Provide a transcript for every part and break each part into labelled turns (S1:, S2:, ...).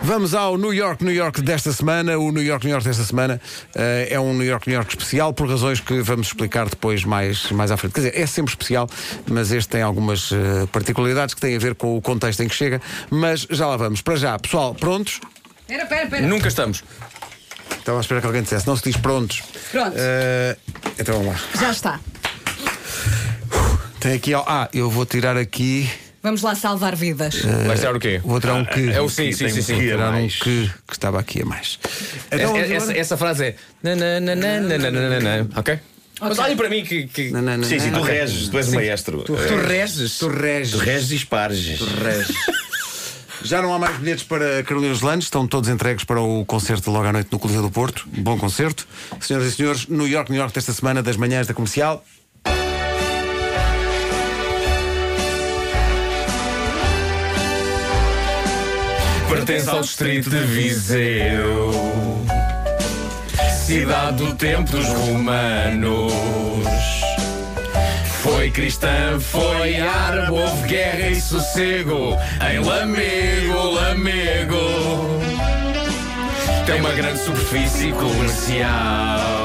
S1: Vamos ao New York, New York desta semana. O New York, New York desta semana eh, é um New York, New York especial por razões que vamos explicar depois mais, mais à frente. Quer dizer, é sempre especial, mas este tem algumas eh, particularidades que têm a ver com o contexto em que chega. Mas já lá vamos. Para já, pessoal, prontos?
S2: Pera, pera, pera.
S3: Nunca estamos.
S1: Estava à espera que alguém dissesse. Não se diz prontos.
S2: Prontos.
S1: Eh, então vamos lá.
S2: Já está.
S1: Tem aqui. ó, Ah, eu vou tirar aqui.
S2: Vou lá salvar vidas.
S3: Vai tirar o quê?
S1: Vou tirar um que.
S3: É o sim, sim, sim, sim.
S1: Vou tirar um
S4: mais.
S1: que, que estava aqui a mais.
S3: É-
S1: Então,
S3: é- Essa, essa frase é. nananana, Ok? Mas olhem para mim que. que-
S1: Não, não, é? não,
S4: Sim, sim,
S1: não.
S4: tu reges, tu és o maestro.
S3: Tu
S4: Eh,
S3: reges.
S1: Tu reges.
S4: tu reges e esparges.
S1: Reis. Já não há mais bilhetes para Carolina dos Landes, estão todos entregues para o concerto logo à noite no Coliseu do Porto. Bom concerto. Senhoras e senhores, New York, New York, desta semana, das manhãs da comercial.
S3: Pertence ao distrito de Viseu, cidade do tempo dos romanos. Foi cristã, foi árabe, houve guerra e sossego em Lamego, Lamego. Tem uma grande superfície comercial.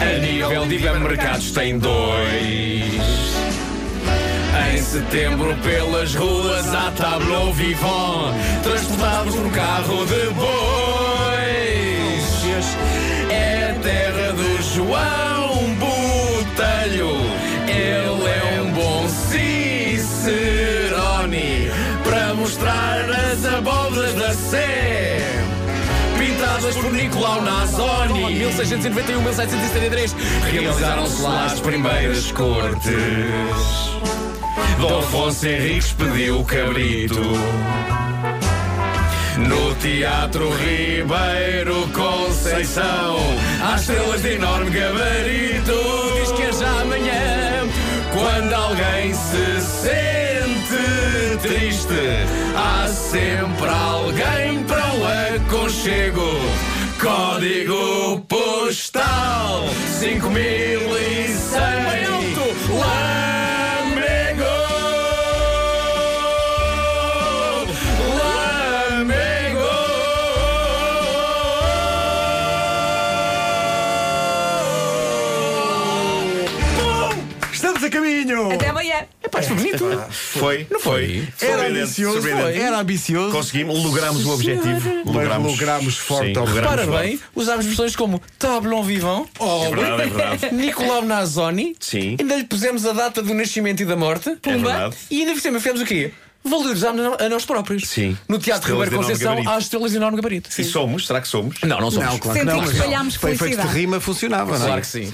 S3: A nível de hipermercados tem dois. Em setembro, pelas ruas, à tableau vivant, transportados por carro de bois. É a terra do João Botelho, ele é um bom Cicerone para mostrar as abóboras da Sé. Pintadas por Nicolau Nazoni 1691-1773 Realizaram-se lá as primeiras cortes Dom Afonso Henriques pediu o cabrito. No Teatro Ribeiro Conceição, há estrelas de enorme gabarito. Diz que é já amanhã, quando alguém se sente triste, há sempre alguém para o aconchego. Código postal 5100 Lamego Lamego
S1: Estamos a caminho!
S2: Até amanhã.
S4: Foi. Não
S3: Foi
S1: Era
S4: Surpreendente,
S1: ambicioso,
S4: surpreendente.
S1: era ambicioso.
S4: Conseguimos, logramos o objetivo.
S1: Mas logramos forte
S4: Sim,
S1: ao-
S4: logramos
S3: Parabéns,
S4: forte.
S3: usámos versões como Tablon Vivant,
S4: É verdade, é verdade.
S3: Nicolau Nazoni,
S4: Sim. É
S3: ainda lhe pusemos a data do nascimento e da morte,
S4: verdade.
S3: e ainda fizemos, fizemos o quê? Valorizámos a nós próprios.
S4: Sim.
S3: No Teatro Ribeiro
S4: Estrelas de enorme
S3: Conceição,
S4: gabarito.
S3: há estrelas de enorme gabarito.
S4: E somos? Será que somos?
S3: Não, não somos.
S1: Não, claro que
S2: Senti
S1: não,
S2: que
S1: mas
S2: espalhámos
S1: foi feito de
S2: felicidade.
S1: rima, funcionava, não é?
S3: Claro que sim.